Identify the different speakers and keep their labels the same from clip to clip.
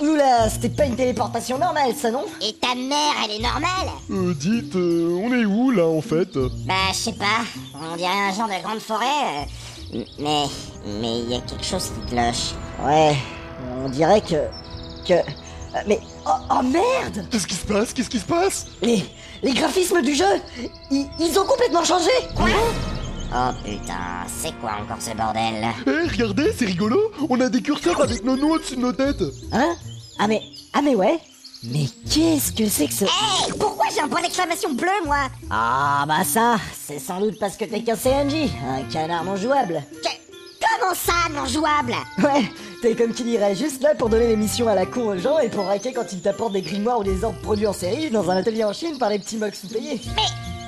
Speaker 1: Oula, c'était pas une téléportation normale, ça non
Speaker 2: Et ta mère, elle est normale
Speaker 3: Euh, dites, euh, on est où là en fait
Speaker 2: Bah, je sais pas. On dirait un genre de grande forêt. euh, m- Mais. Mais il y a quelque chose qui cloche.
Speaker 1: Ouais, on dirait que. que. euh, Mais. Oh, oh, merde
Speaker 3: Qu'est-ce qui se passe Qu'est-ce qui se passe
Speaker 1: les, les graphismes du jeu, ils, ils ont complètement changé
Speaker 2: Oh putain, c'est quoi encore ce bordel là
Speaker 3: Eh, regardez, c'est rigolo On a des curseurs avec nos noms au-dessus de nos têtes
Speaker 1: Hein Ah mais. Ah mais ouais Mais qu'est-ce que c'est que ce.
Speaker 2: Hey Eh, Pourquoi j'ai un point d'exclamation bleu, moi
Speaker 1: Ah bah ça, c'est sans doute parce que t'es qu'un CNJ, un canard non jouable.
Speaker 2: Que- Comment ça, non jouable
Speaker 1: Ouais, t'es comme qui dirait juste là pour donner les missions à la con aux gens et pour raquer quand ils t'apportent des grimoires ou des ordres produits en série dans un atelier en Chine par les petits mocs sous-payés.
Speaker 2: Mais.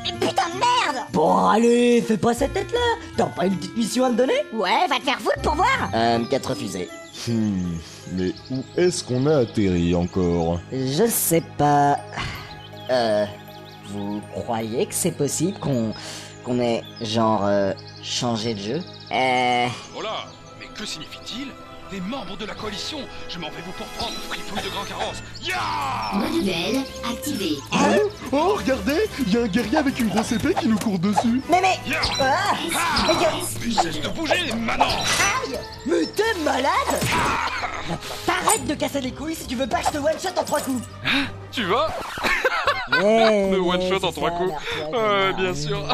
Speaker 2: Mais putain de merde
Speaker 1: Bon allez, fais pas cette tête là T'as pas une petite mission à me donner
Speaker 2: Ouais, va te faire foutre pour voir
Speaker 1: Euh, 4 refusés.
Speaker 3: Hmm, mais où est-ce qu'on a atterri encore
Speaker 1: Je sais pas... Euh... Vous croyez que c'est possible qu'on... qu'on ait, genre, euh, changé de jeu Euh...
Speaker 4: Oh là Mais que signifie-t-il Des membres de la coalition Je m'en vais vous pourprendre, fripouille de grand carrosse Ya
Speaker 5: Mode duel activé.
Speaker 3: Hein Oh, regardez Il y a un guerrier avec une grosse épée qui nous court dessus
Speaker 1: Mais mais...
Speaker 4: Ya
Speaker 1: Ah
Speaker 4: Ah Mais cesse de bouger, maintenant
Speaker 1: Aïe Mais t'es malade T'arrêtes de casser les couilles si tu veux pas que je te one-shot en trois coups
Speaker 4: Tu vas
Speaker 1: Ouais,
Speaker 4: Le
Speaker 1: ouais,
Speaker 4: one shot en
Speaker 1: c'est
Speaker 4: trois
Speaker 1: ça,
Speaker 4: coups.
Speaker 1: l'arcade,
Speaker 4: Ouais,
Speaker 1: voilà.
Speaker 4: bien sûr.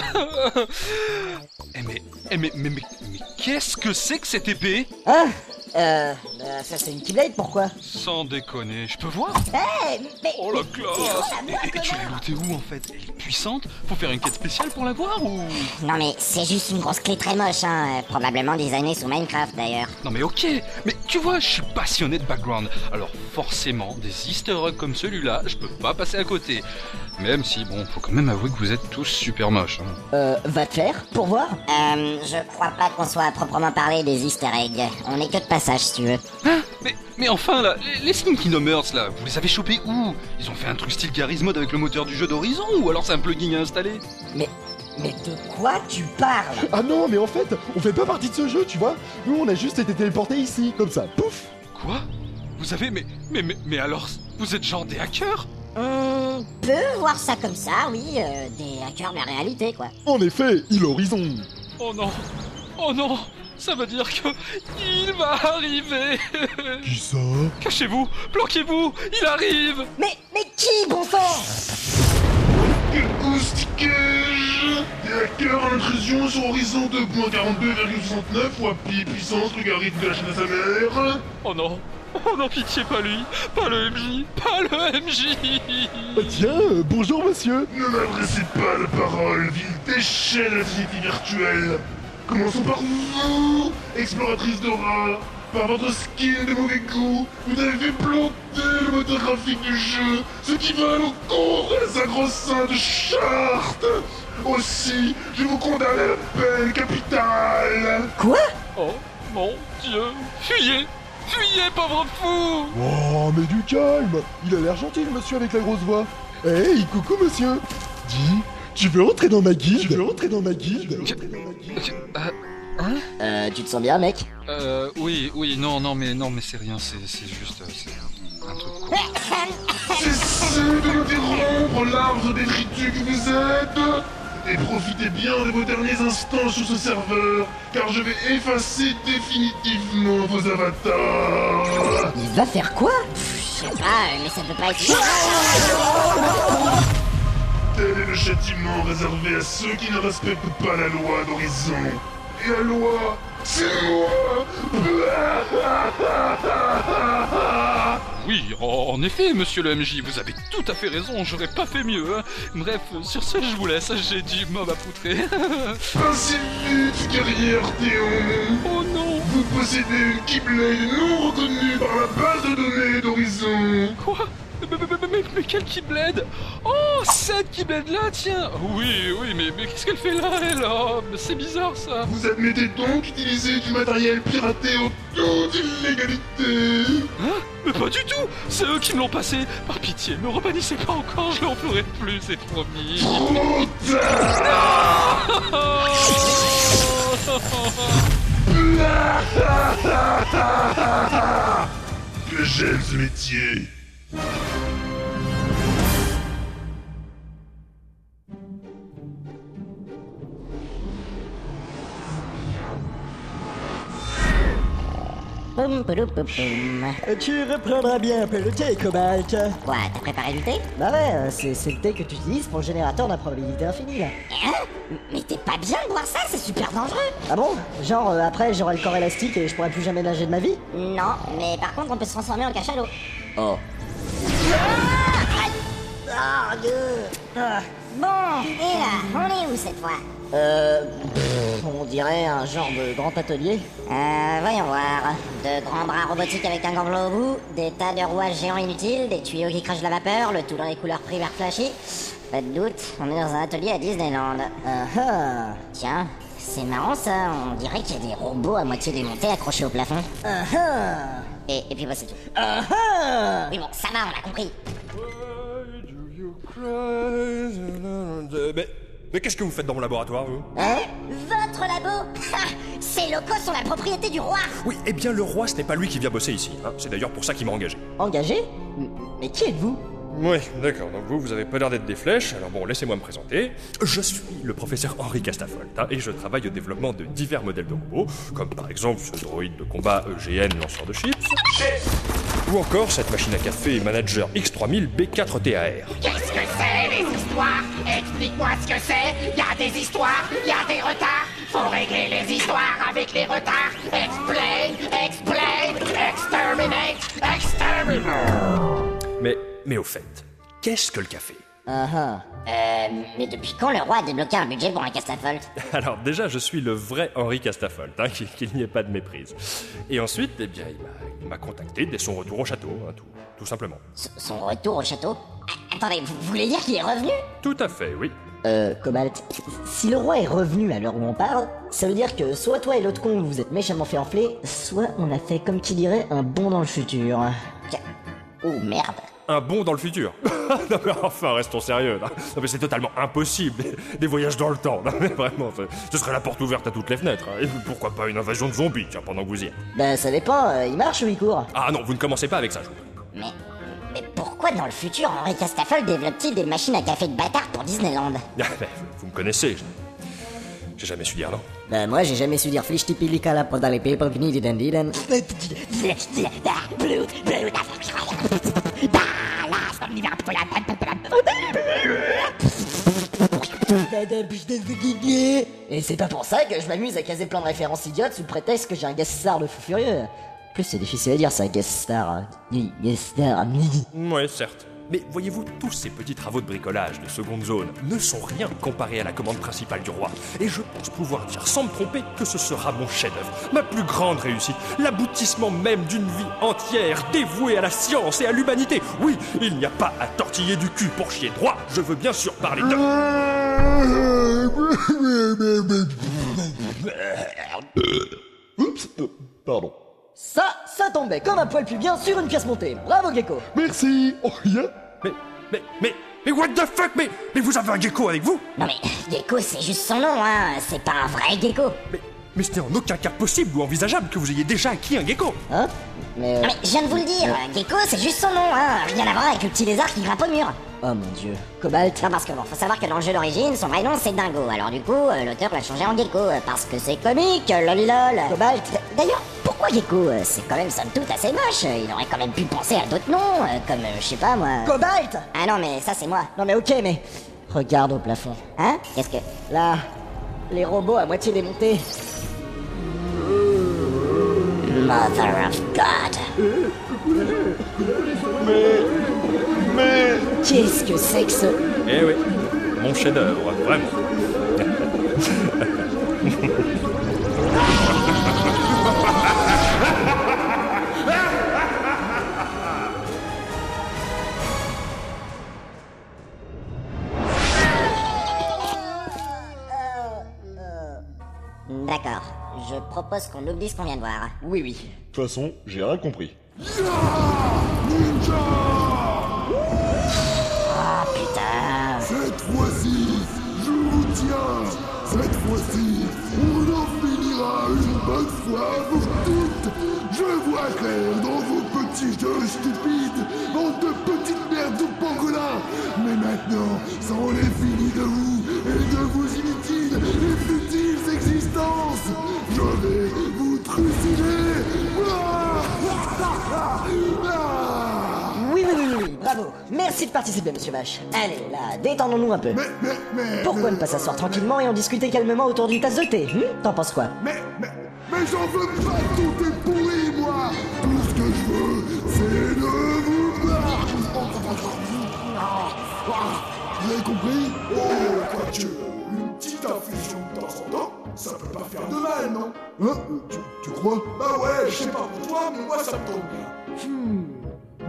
Speaker 4: Eh, mais, eh, mais, mais, mais, mais qu'est-ce que c'est que cette épée
Speaker 1: Hein Euh... euh, ça c'est une Keyblade, pourquoi Eh,
Speaker 4: Sans déconner, je peux voir
Speaker 1: mais...
Speaker 4: Oh la classe Et, et tu l'as lootée où en fait Elle est puissante Faut faire une quête spéciale pour la voir ou
Speaker 2: Non mais c'est juste une grosse clé très moche, hein. euh, Probablement designée sous Minecraft d'ailleurs.
Speaker 4: Non mais ok Mais tu vois, je suis passionné de background. Alors forcément, des easter eggs comme celui-là, je peux pas passer à côté. Même si, bon, faut quand même avouer que vous êtes tous super moches. hein.
Speaker 1: Euh, va te faire, pour voir
Speaker 2: Euh, je crois pas qu'on soit à proprement parler des easter eggs. On est que de passage si tu veux.
Speaker 4: Hein mais, mais enfin là, les, les signes Kingdom Hearts là, vous les avez chopés où Ils ont fait un truc style Garry's Mod avec le moteur du jeu d'Horizon ou alors c'est un plugin à installer
Speaker 1: Mais... Mais de quoi tu parles
Speaker 3: Ah non, mais en fait, on fait pas partie de ce jeu, tu vois Nous, on a juste été téléportés ici, comme ça, pouf
Speaker 4: Quoi Vous avez mais, mais mais mais alors vous êtes genre des hackers
Speaker 2: Hmm, On peut voir ça comme ça, oui. euh, des hackers de la réalité quoi.
Speaker 3: En effet, il horizon
Speaker 4: Oh non Oh non ça veut dire que il va arriver.
Speaker 3: Qui ça
Speaker 4: Cachez-vous, planquez-vous, il arrive.
Speaker 1: Mais... Mais qui, bon sang
Speaker 6: Oustikage Hacker intrusion sur Horizon 2.42,69 fois pi puissance truc rythme de la chaîne à sa mère
Speaker 4: Oh non, oh non pitié pas lui, pas le MJ, pas le MJ.
Speaker 3: Tiens, euh, bonjour monsieur
Speaker 6: Ne m'adressez pas la parole, ville d'échelle d'infinité virtuelle Commençons par vous, exploratrice d'Aura Par votre skill de mauvais goût, vous avez fait planter le moteur graphique du jeu, ce qui va à l'encontre de sa grosse seins de charte Aussi, je vous condamne à la peine capitale
Speaker 1: Quoi
Speaker 4: Oh mon Dieu, fuyez, fuyez pauvre fou.
Speaker 3: Oh, mais du calme Il a l'air gentil, le monsieur avec la grosse voix. Eh, Hey, coucou, monsieur Dis, tu veux entrer dans ma guilde Tu veux entrer dans ma guilde hein
Speaker 1: Euh, tu te sens bien, mec
Speaker 4: Euh, oui, oui, non, non, mais non, mais c'est rien, c'est, c'est juste, euh, c'est un- un truc. court.
Speaker 6: Cessez de nous dérompre l'arbre détritus que vous êtes Et profitez bien de vos derniers instants sur ce serveur, car je vais effacer définitivement vos avatars
Speaker 1: Il va faire quoi
Speaker 2: Je sais pas, euh, mais ça peut pas
Speaker 6: Ah
Speaker 2: être.
Speaker 6: Tel est le châtiment réservé à ceux qui ne respectent pas la loi d'horizon. Et la loi, c'est moi
Speaker 4: Oui, en en effet, monsieur le MJ, vous avez tout à fait raison, j'aurais pas fait mieux. hein. Bref, sur ce, je vous laisse, j'ai du mob à poutrer.
Speaker 6: Pas si vite, guerrière Théon
Speaker 4: oh non,
Speaker 6: Vous possédez une Keyblade non reconnue par la base de données d'horizon
Speaker 4: quoi mais, mais- mais- mais- mais quel qui bled Oh, Oh, Seth qui m'aide là, tiens Oui, oui, mais, mais qu'est-ce qu'elle fait là, elle Oh, mais C'est bizarre, ça
Speaker 6: Vous admettez donc utiliser du matériel piraté au nom d'illégalité
Speaker 4: Hein Mais pas du tout C'est eux qui me l'ont passé Par pitié, ne repanissez pas encore, je l'en ferai plus, c'est promis
Speaker 6: Trop tard
Speaker 5: Eh,
Speaker 6: Que j'aime ce métier
Speaker 2: Poum, poudoum, poum, poum.
Speaker 1: Tu reprendras bien un peu le thé, Cobalt.
Speaker 2: Quoi, t'as préparé le thé
Speaker 1: Bah ouais, euh, c'est c'est le thé que tu utilises pour le générateur d'improbabilité infinie, là.
Speaker 2: Hein Mais t'es pas bien de boire ça, c'est super dangereux
Speaker 1: Ah bon Genre, euh, après, j'aurai le corps élastique et je pourrai plus jamais nager de ma vie
Speaker 2: Non, mais par contre, on peut se transformer en cachalot.
Speaker 1: Oh.
Speaker 2: Oh, Ah. Bon, et là, on est où cette fois
Speaker 1: Euh... pff, on dirait un genre de grand atelier.
Speaker 2: Euh, voyons voir. De grands bras robotiques avec un gant blanc au bout, des tas de rouages géants inutiles, des tuyaux qui crachent de la vapeur, le tout dans les couleurs primaires flashy. Pas de doute, on est dans un atelier à Disneyland. Oh,
Speaker 1: Ah ah
Speaker 2: Tiens, c'est marrant ça, on dirait qu'il y a des robots à moitié démontés accrochés au plafond.
Speaker 1: Ah
Speaker 2: Oh.
Speaker 1: ah
Speaker 2: Et, et puis bah c'est tout.
Speaker 1: Ah ah
Speaker 2: Oui bon, ça va, on l'a compris.
Speaker 7: Mais, mais qu'est-ce que vous faites dans mon laboratoire, vous
Speaker 2: Hein Votre labo Ha Ces locaux sont la propriété du roi
Speaker 7: Oui, eh bien, le roi, ce n'est pas lui qui vient bosser ici. hein. C'est d'ailleurs pour ça qu'il m'a engagé.
Speaker 1: Engagé M- Mais qui êtes-vous
Speaker 7: Oui, d'accord. Donc vous, vous avez pas l'air d'être des flèches. Alors bon, laissez-moi me présenter. Je suis le professeur Henri Castafolta et je travaille au développement de divers modèles de robots, comme par exemple ce droïde de combat EGN lanceur de chips, ou encore cette machine à café manager X3000 B4TAR.
Speaker 8: Qu'est-ce que c'est les histoires Explique-moi ce que c'est. Y a des histoires, y a des retards. Faut régler les histoires avec les retards. Explain, explain, exterminate, exterminate.
Speaker 7: Mais, mais au fait, qu'est-ce que le café
Speaker 1: Ah ah
Speaker 2: Euh, mais depuis quand le roi a débloqué un budget pour un castafold
Speaker 7: Alors déjà, je suis le vrai Henri Castafolt, hein, qu'il qu'il n'y ait pas de méprise. Et ensuite, eh bien, il m'a- il m'a contacté dès son retour au château, hein, tout, tout simplement.
Speaker 2: S- Son retour au château Ah, Attendez, vous voulez dire qu'il est revenu
Speaker 7: Tout à fait, oui.
Speaker 1: Euh, Cobalt, si le roi est revenu à l'heure où on parle, ça veut dire que soit toi et l'autre con vous êtes méchamment fait enfler, soit on a fait, comme qui dirait, un bond dans le futur.
Speaker 2: Oh merde
Speaker 7: Un bond dans le futur. non mais enfin, restons sérieux. Non, Non, mais c'est totalement impossible. Des, des voyages dans le temps. Non mais vraiment, ce- ce serait la porte ouverte à toutes les fenêtres. hein. Et pourquoi pas une invasion de zombies, tiens, pendant que vous y êtes.
Speaker 1: Bah ça dépend, euh, il marche ou il court
Speaker 7: Ah non, vous ne commencez pas avec ça, je vous prie.
Speaker 2: Mais, mais pourquoi dans le futur Henri Castafold développe-t-il des machines à café de bâtard pour Disneyland
Speaker 7: Ah, mais vous- vous me connaissez. je- J'ai jamais su dire non.
Speaker 1: Bah moi j'ai jamais su dire fish tipilikala pendant les papers gni didan didan. Et c'est pas pour ça que je m'amuse à caser plein de références idiotes sous prétexte que j'ai un guest star de fou furieux. En plus c'est difficile à dire ça, guest star. hein. Ni guest star, ni.
Speaker 7: Ouais, certes. Mais voyez-vous, tous ces petits travaux de bricolage de seconde zone ne sont rien comparés à la commande principale du roi. Et je pense pouvoir dire sans me tromper que ce sera mon chef-d'œuvre, ma plus grande réussite, l'aboutissement même d'une vie entière dévouée à la science et à l'humanité. Oui, il n'y a pas à tortiller du cul pour chier droit, je veux bien sûr parler de.
Speaker 3: Oups, euh, pardon.
Speaker 1: Ça, ça tombait comme un poil plus bien sur une pièce montée. Bravo Gecko
Speaker 3: Merci. Oh, yeah.
Speaker 7: Mais, mais, mais, mais what the fuck, mais, mais vous avez un gecko avec vous
Speaker 2: Non mais, Gecko c'est juste son nom, hein C'est pas un vrai Gecko
Speaker 7: Mais, mais ce n'est en aucun cas possible ou envisageable que vous ayez déjà acquis un gecko.
Speaker 1: Hein Mais...
Speaker 2: Non
Speaker 1: euh,
Speaker 2: Ah, mais, je viens de vous le dire Gecko c'est juste son nom, hein Rien à voir avec le petit lézard qui grimpe au mur
Speaker 1: Oh mon dieu. Cobalt
Speaker 2: Non parce que bon, faut savoir que dans le jeu d'origine, son vrai nom c'est Dingo. Alors du coup, euh, l'auteur l'a changé en Gecko, euh, parce que c'est comique, euh, lolilol
Speaker 1: Cobalt
Speaker 2: D'ailleurs, pourquoi Gecko euh, C'est quand même somme toute assez moche, euh, il aurait quand même pu penser à d'autres noms, euh, comme, euh, je sais pas moi...
Speaker 1: Cobalt
Speaker 2: Ah non mais ça c'est moi
Speaker 1: Non mais ok mais... Regarde au plafond.
Speaker 2: Hein Qu'est-ce que...
Speaker 1: Là, les robots à moitié démontés.
Speaker 2: Mother of God
Speaker 3: Eh,
Speaker 1: Qu'est-ce que c'est que ce...
Speaker 7: Eh oui, mon chef-d'œuvre, vraiment.
Speaker 2: D'accord. Je propose qu'on oublie ce qu'on vient de voir.
Speaker 1: Oui, oui.
Speaker 3: De toute façon, j'ai rien compris.
Speaker 2: Ah putain
Speaker 6: Cette fois-ci, je vous tiens Cette fois-ci, on en finira une bonne fois pour toutes Je vois clair dans vos petits jeux stupides, bande de petites merdes de pangolins Mais maintenant, ça en est fini de vous et de vos inutiles et futiles existences Je vais vous trucider Ah Ah
Speaker 1: Oui, oui, oui, oui, oui, bravo. Merci de participer, monsieur Vache. Allez, là, détendons-nous un peu.
Speaker 6: Mais, mais, mais...
Speaker 1: Pourquoi
Speaker 6: mais-
Speaker 1: ne pas s'asseoir tranquillement et en discuter calmement autour d'une tasse de thé hmm T'en penses quoi
Speaker 6: Mais, mais, mais j'en veux pas de tout est pourri, moi Tout ce que je veux, c'est de vous battre Vous avez compris Oh, quoique, une petite infusion de temps en temps, ça peut pas faire de mal, non Hein Euh, tu, tu crois Bah ouais, je sais pas pour toi, mais moi ça me tombe bien. Hmm.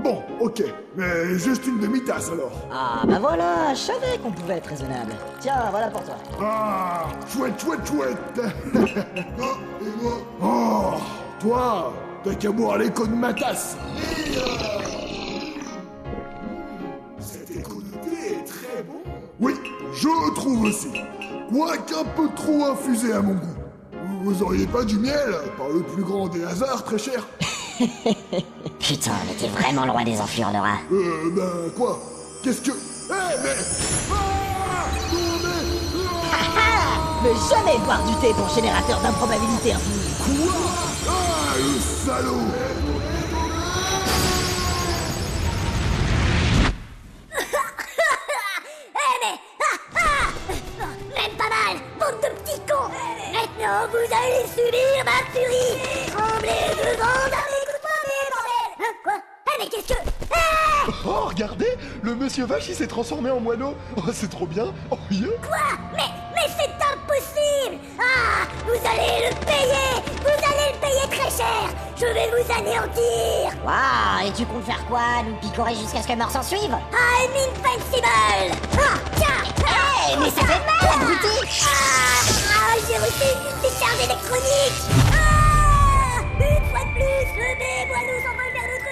Speaker 6: Bon, ok, mais juste une demi-tasse alors.
Speaker 1: Ah, bah voilà, je savais qu'on pouvait être raisonnable. Tiens, voilà pour toi.
Speaker 6: Ah, chouette, chouette, chouette Ah, et moi Oh, toi, t'as qu'à boire l'écho de ma tasse Cet écho de thé est très bon Oui, je le trouve aussi Quoique un peu trop infusé à mon goût. Vous auriez pas du miel Par le plus grand des hasards, très cher
Speaker 2: Putain, mais t'es vraiment le roi des enflures, Nora.
Speaker 6: Euh, ben, quoi Qu'est-ce que... Eh, mais... Ah Non, mais... Ah
Speaker 1: Ne jamais boire du thé pour générateur d'improbabilité hein. infinie.
Speaker 6: Quoi Ah, le salaud
Speaker 5: ah, Même pas mal, bande de petits cons Maintenant, vous allez subir ma furie Tremblez devant avec moi, bordel Hein, quoi Eh, mais qu'est-ce que... Ah
Speaker 3: Oh, regardez Le monsieur vache, il s'est transformé en moineau Oh, c'est trop bien Oh, yeah
Speaker 5: Quoi Mais, mais c'est impossible Ah Vous allez le payer Vous allez le payer très cher Je vais vous anéantir
Speaker 2: Waouh, et tu comptes faire quoi Nous picorer jusqu'à ce que mort s'en suive Ah,
Speaker 5: I'm invincible Ah Tiens Hey
Speaker 2: mais ça fait mal, abruti
Speaker 5: Ah, ah J'ai reçu une décharge électronique Ah Une fois de plus, le bébé nous s'envole vers notre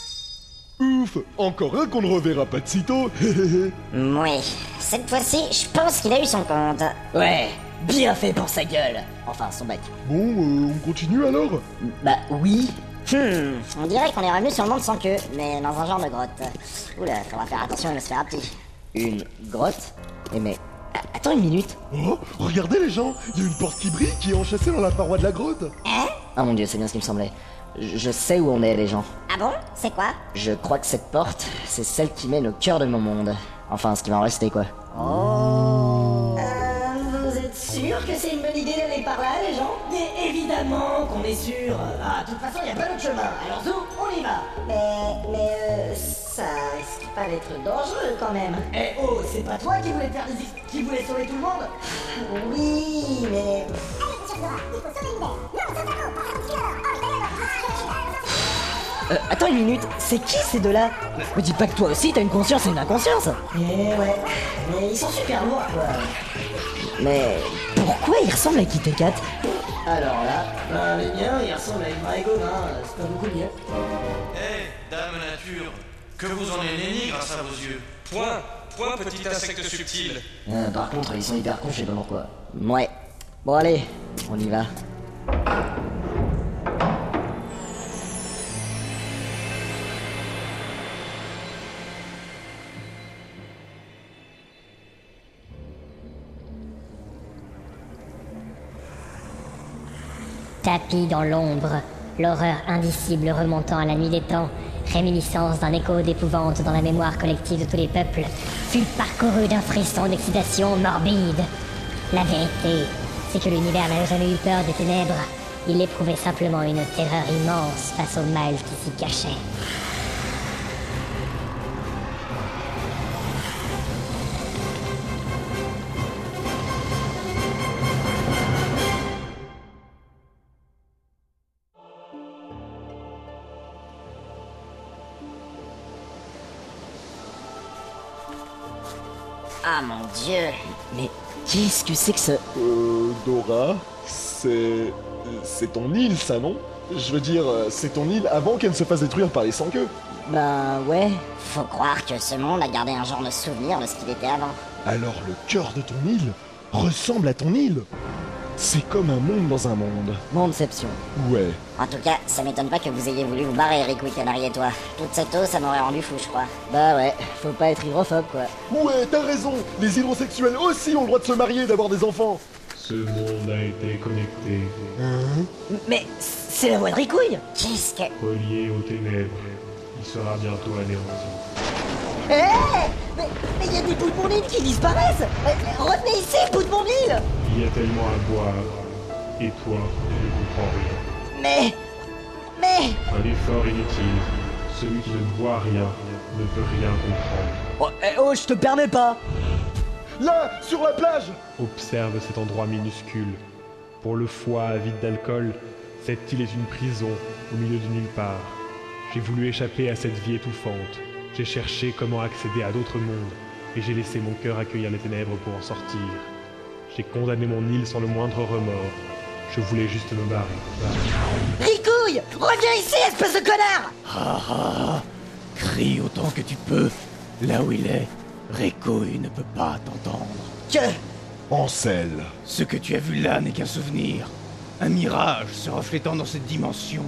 Speaker 5: ciel
Speaker 3: Ouf Encore un qu'on ne reverra pas de sitôt
Speaker 2: Oui. Cette fois-ci, je pense qu'il a eu son compte. Eh,
Speaker 1: Ouais, bien fait pour sa gueule. Enfin, son bec.
Speaker 3: Bon, euh, on continue alors
Speaker 1: Bah oui.
Speaker 2: Hmm, on dirait qu'on est revenu sur le monde sans queue, mais dans un genre de grotte. Oula, faudra faire attention à se faire un petit.
Speaker 1: Une grotte Eh mais... a- Attends une minute.
Speaker 3: Oh, regardez les gens Il y a une porte qui brille qui est enchâssée dans la paroi de la grotte
Speaker 1: Ah mon dieu, c'est bien ce qui me semblait. Je je sais où on est, les gens.
Speaker 2: Ah bon C'est quoi
Speaker 1: Je crois que cette porte, c'est celle qui mène au cœur de mon monde. Enfin, ce qui va en rester, quoi.
Speaker 9: Oh.
Speaker 2: Euh,
Speaker 9: Vous êtes sûr que c'est une bonne idée d'aller par là, les gens Mais évidemment qu'on est sûr Ah, de toute façon, il n'y a pas d'autre chemin Alors, zou, on y va Mais,
Speaker 1: euh,
Speaker 9: mais, ça risque pas d'être dangereux, quand même Eh oh, c'est pas toi qui voulais faire des... his- qui voulait sauver tout le monde
Speaker 1: Ah,
Speaker 9: Oui, mais...
Speaker 1: Euh, attends une minute, c'est qui ces deux-là Me dis pas que toi aussi t'as une conscience et une inconscience
Speaker 9: Eh ouais, mais ils sont super lourds, quoi
Speaker 1: Mais pourquoi il ressemble à Kitty Cat
Speaker 9: Alors là, ben, les miens, ils ressemblent à une vraie gomme, hein, c'est pas beaucoup mieux
Speaker 10: Eh, dame nature, que vous en ayez ni grâce à vos yeux. Point, point, petit insecte subtil.
Speaker 1: Euh, Par contre, ils sont hyper cons, je sais pas pourquoi. Ouais. Bon allez, on y va.
Speaker 11: Tapis dans l'ombre, l'horreur indicible remontant à la nuit des temps, réminiscence d'un écho d'épouvante dans la mémoire collective de tous les peuples, fut parcouru d'un frisson d'excitation morbide. La vérité, c'est que l'univers n'avait jamais eu peur des ténèbres. Il éprouvait simplement une terreur immense face au mal qui s'y cachait.
Speaker 2: Ah mon dieu
Speaker 12: Mais qu'est-ce que c'est que ce...
Speaker 6: Euh, Dora, c'est. C'est ton île, ça, non Je veux dire, euh, c'est ton île avant qu'elle ne se fasse détruire par les sans queues.
Speaker 12: Bah ouais.
Speaker 2: Faut croire que ce monde a gardé un genre de souvenir de ce qu'il était avant.
Speaker 6: Alors le cœur de ton île ressemble à ton île C'est comme un monde dans un monde.
Speaker 12: Mondeception.
Speaker 6: Ouais.
Speaker 2: En tout cas, ça m'étonne pas que vous ayez voulu vous barrer, Rick Canary et toi. Toute cette eau, ça m'aurait rendu fou, je crois.
Speaker 12: Bah ouais, faut pas être hydrophobe quoi.
Speaker 6: Ouais, t'as raison Les hydrosexuels aussi ont le droit de se marier, d'avoir des enfants
Speaker 13: Ce monde a été connecté,
Speaker 12: Mais c'est la voix de Ricouille
Speaker 2: Qu'est-ce que...
Speaker 13: relié aux ténèbres. Il sera bientôt anéanti.
Speaker 1: Hé Eh, Mais il y a des bouts de mon île qui disparaissent Eh, eh, Revenez ici, bout de mon île
Speaker 13: Il y a tellement à boire. Et toi, tu ne comprends rien.
Speaker 1: Mais... Mais...
Speaker 13: Un effort inutile. Celui qui ne voit rien ne veut rien comprendre.
Speaker 12: Oh, eh, oh, je te permets pas
Speaker 6: Là, sur la plage
Speaker 13: Observe cet endroit minuscule. Pour le foie avide d'alcool, cette île est une prison au milieu de nulle part. J'ai voulu échapper à cette vie étouffante. J'ai cherché comment accéder à d'autres mondes et j'ai laissé mon cœur accueillir les ténèbres pour en sortir. J'ai condamné mon île sans le moindre remords. Je voulais juste me barrer.
Speaker 1: Ricouille Reviens ici, espèce de connard
Speaker 14: Ah, Crie autant que tu peux. Là où il est, Récouille ne peut pas t'entendre.
Speaker 1: Que...
Speaker 6: Ansel.
Speaker 14: Ce que tu as vu là n'est qu'un souvenir. Un mirage se reflétant dans cette dimension.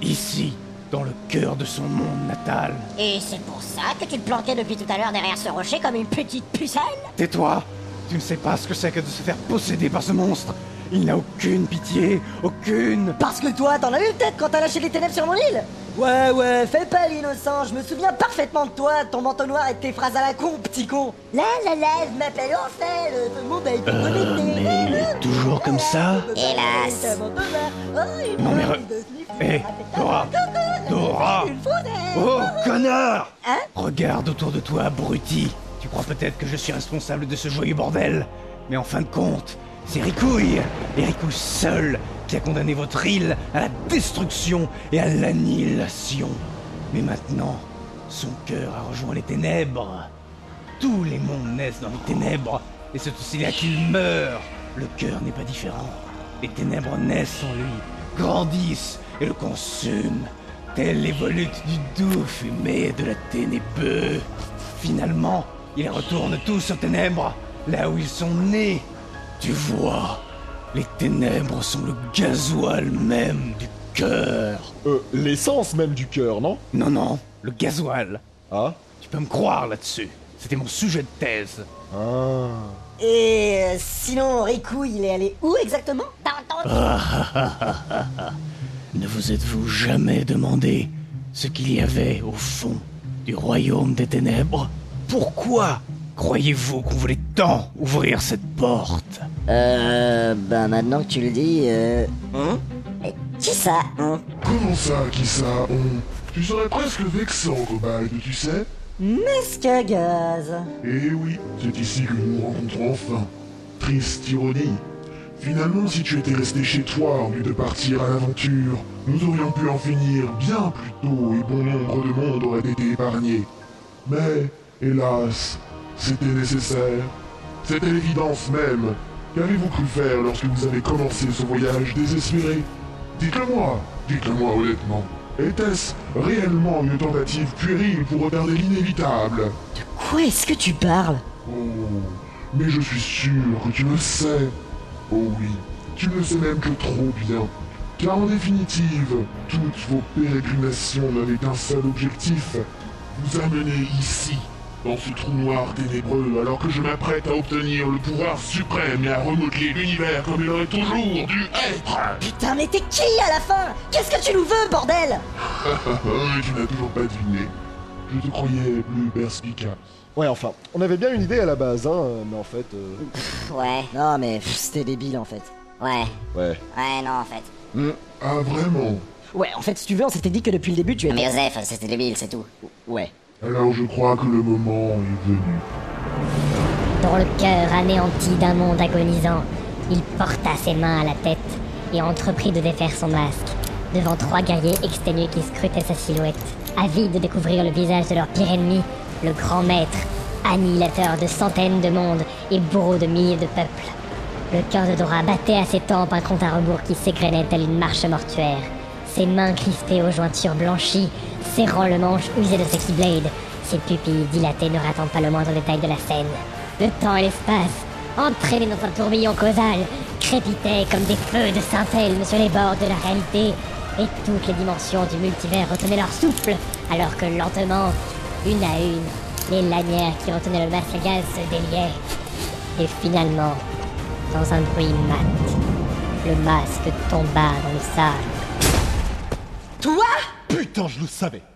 Speaker 14: Ici, dans le cœur de son monde natal.
Speaker 2: Et c'est pour ça que tu te planquais depuis tout à l'heure derrière ce rocher comme une petite pucelle
Speaker 14: Tais-toi Tu ne sais pas ce que c'est que de se faire posséder par ce monstre Il n'a aucune pitié, aucune
Speaker 1: Parce que toi, t'en as eu peut-être quand t'as lâché les ténèbres sur mon île Ouais, ouais, fais pas l'innocent, je me souviens parfaitement de toi, de ton manteau noir et de tes phrases à la con, petit con Euh, Là, là, là, je m'appelle Ansel, tout le monde a été connecté
Speaker 14: Euh, mais il est toujours comme ça
Speaker 2: Hélas.
Speaker 14: Non, mais re- Eh, Dora Dora Oh, connard
Speaker 1: Hein
Speaker 14: Regarde autour de toi, abruti Tu crois peut-être que je suis responsable de ce joyeux bordel Mais en fin de compte, c'est Ricouille Et Ricouille seul qui a condamné votre île à la destruction et à l'annihilation Mais maintenant, son cœur a rejoint les ténèbres tous les mondes naissent dans les ténèbres, et c'est aussi là qu'il meurt. Le cœur n'est pas différent. Les ténèbres naissent en lui, grandissent et le consument, telles les volutes du doux fumé de la ténébreux. Finalement, ils retournent tous aux ténèbres, là où ils sont nés. Tu vois, les ténèbres sont le gasoil même du cœur.
Speaker 6: Euh, l'essence même du cœur, non
Speaker 14: Non, non, le gasoil.
Speaker 6: Ah
Speaker 14: Tu peux me croire là-dessus. C'était mon sujet de thèse.
Speaker 6: Ah.
Speaker 1: Et euh, sinon, Ricouille, il est allé où exactement
Speaker 14: Euh, Ne vous êtes-vous jamais demandé ce qu'il y avait au fond du royaume des ténèbres Pourquoi croyez-vous qu'on voulait tant ouvrir cette porte
Speaker 12: Euh... Bah maintenant que tu le dis, euh...
Speaker 1: Hein?
Speaker 2: Qui ça hein
Speaker 9: Comment ça, qui ça, on Tu serais presque vexant, Cobalt, tu sais
Speaker 1: Muscagaz
Speaker 9: Eh oui, c'est ici que nous nous rencontrons enfin. Triste ironie. Finalement, si tu étais resté chez toi au lieu de partir à l'aventure, nous aurions pu en finir bien plus tôt et bon nombre de mondes auraient été épargnés. Mais, hélas, c'était nécessaire. C'était l'évidence même. Qu'avez-vous cru faire lorsque vous avez commencé ce voyage désespéré Dites-le-moi, dites-le-moi honnêtement. Était-ce réellement une tentative puérile pour retarder l'inévitable
Speaker 12: Quoi est-ce que tu parles
Speaker 9: Oh, mais je suis sûr que tu le sais. Oh oui, tu le sais même que trop bien. Car en définitive, toutes vos pérégrinations n'avaient qu'un seul objectif. Vous amener ici, dans ce trou noir ténébreux, alors que je m'apprête à obtenir le pouvoir suprême et à remodeler l'univers comme il aurait toujours dû être.
Speaker 1: Putain, mais t'es qui à la fin Qu'est-ce que tu nous veux, bordel
Speaker 9: Et tu n'as toujours pas deviné. Je te croyais plus perspicace.
Speaker 6: Ouais, enfin, on avait bien une idée à la base, hein, mais en fait. euh,
Speaker 2: Pff, Ouais,
Speaker 12: Non mais pff, c'était débile en fait.
Speaker 2: ouais,
Speaker 6: Ouais.
Speaker 2: ouais, non en fait.
Speaker 9: Ah vraiment
Speaker 12: Ouais, en fait si tu veux, on s'était dit que depuis le début tu es...
Speaker 2: Mais Joseph, c'était débile, c'est tout.
Speaker 12: Ouais.
Speaker 9: Alors je crois que le moment est venu.
Speaker 11: Dans le cœur anéanti d'un monde agonisant, il porta ses mains à la tête et entreprit de défaire son masque, devant trois guerriers exténués qui scrutaient sa silhouette, avides de découvrir le visage de leur pire ennemi, le grand maître, annihilateur de centaines de mondes et bourreau de milliers de peuples. Le cœur de Dora battait à ses tempes un compte à rebours qui s'égrenait telle une marche mortuaire. Ses mains crispées aux jointures blanchies, serrant le manche usé de ses keyblades, ses pupilles dilatées ne ratant pas le moindre détail de la scène. Le temps et l'espace, entraînés dans un tourbillon causal, crépitaient comme des feux de Saint-Elme sur les bords de la réalité, et toutes les dimensions du multivers retenaient leur souffle, alors que lentement, une à une, les lanières qui retenaient le masque à gaz se déliaient. Et finalement, dans un bruit mat, le masque tomba dans le sable.
Speaker 3: Toi Putain, je le savais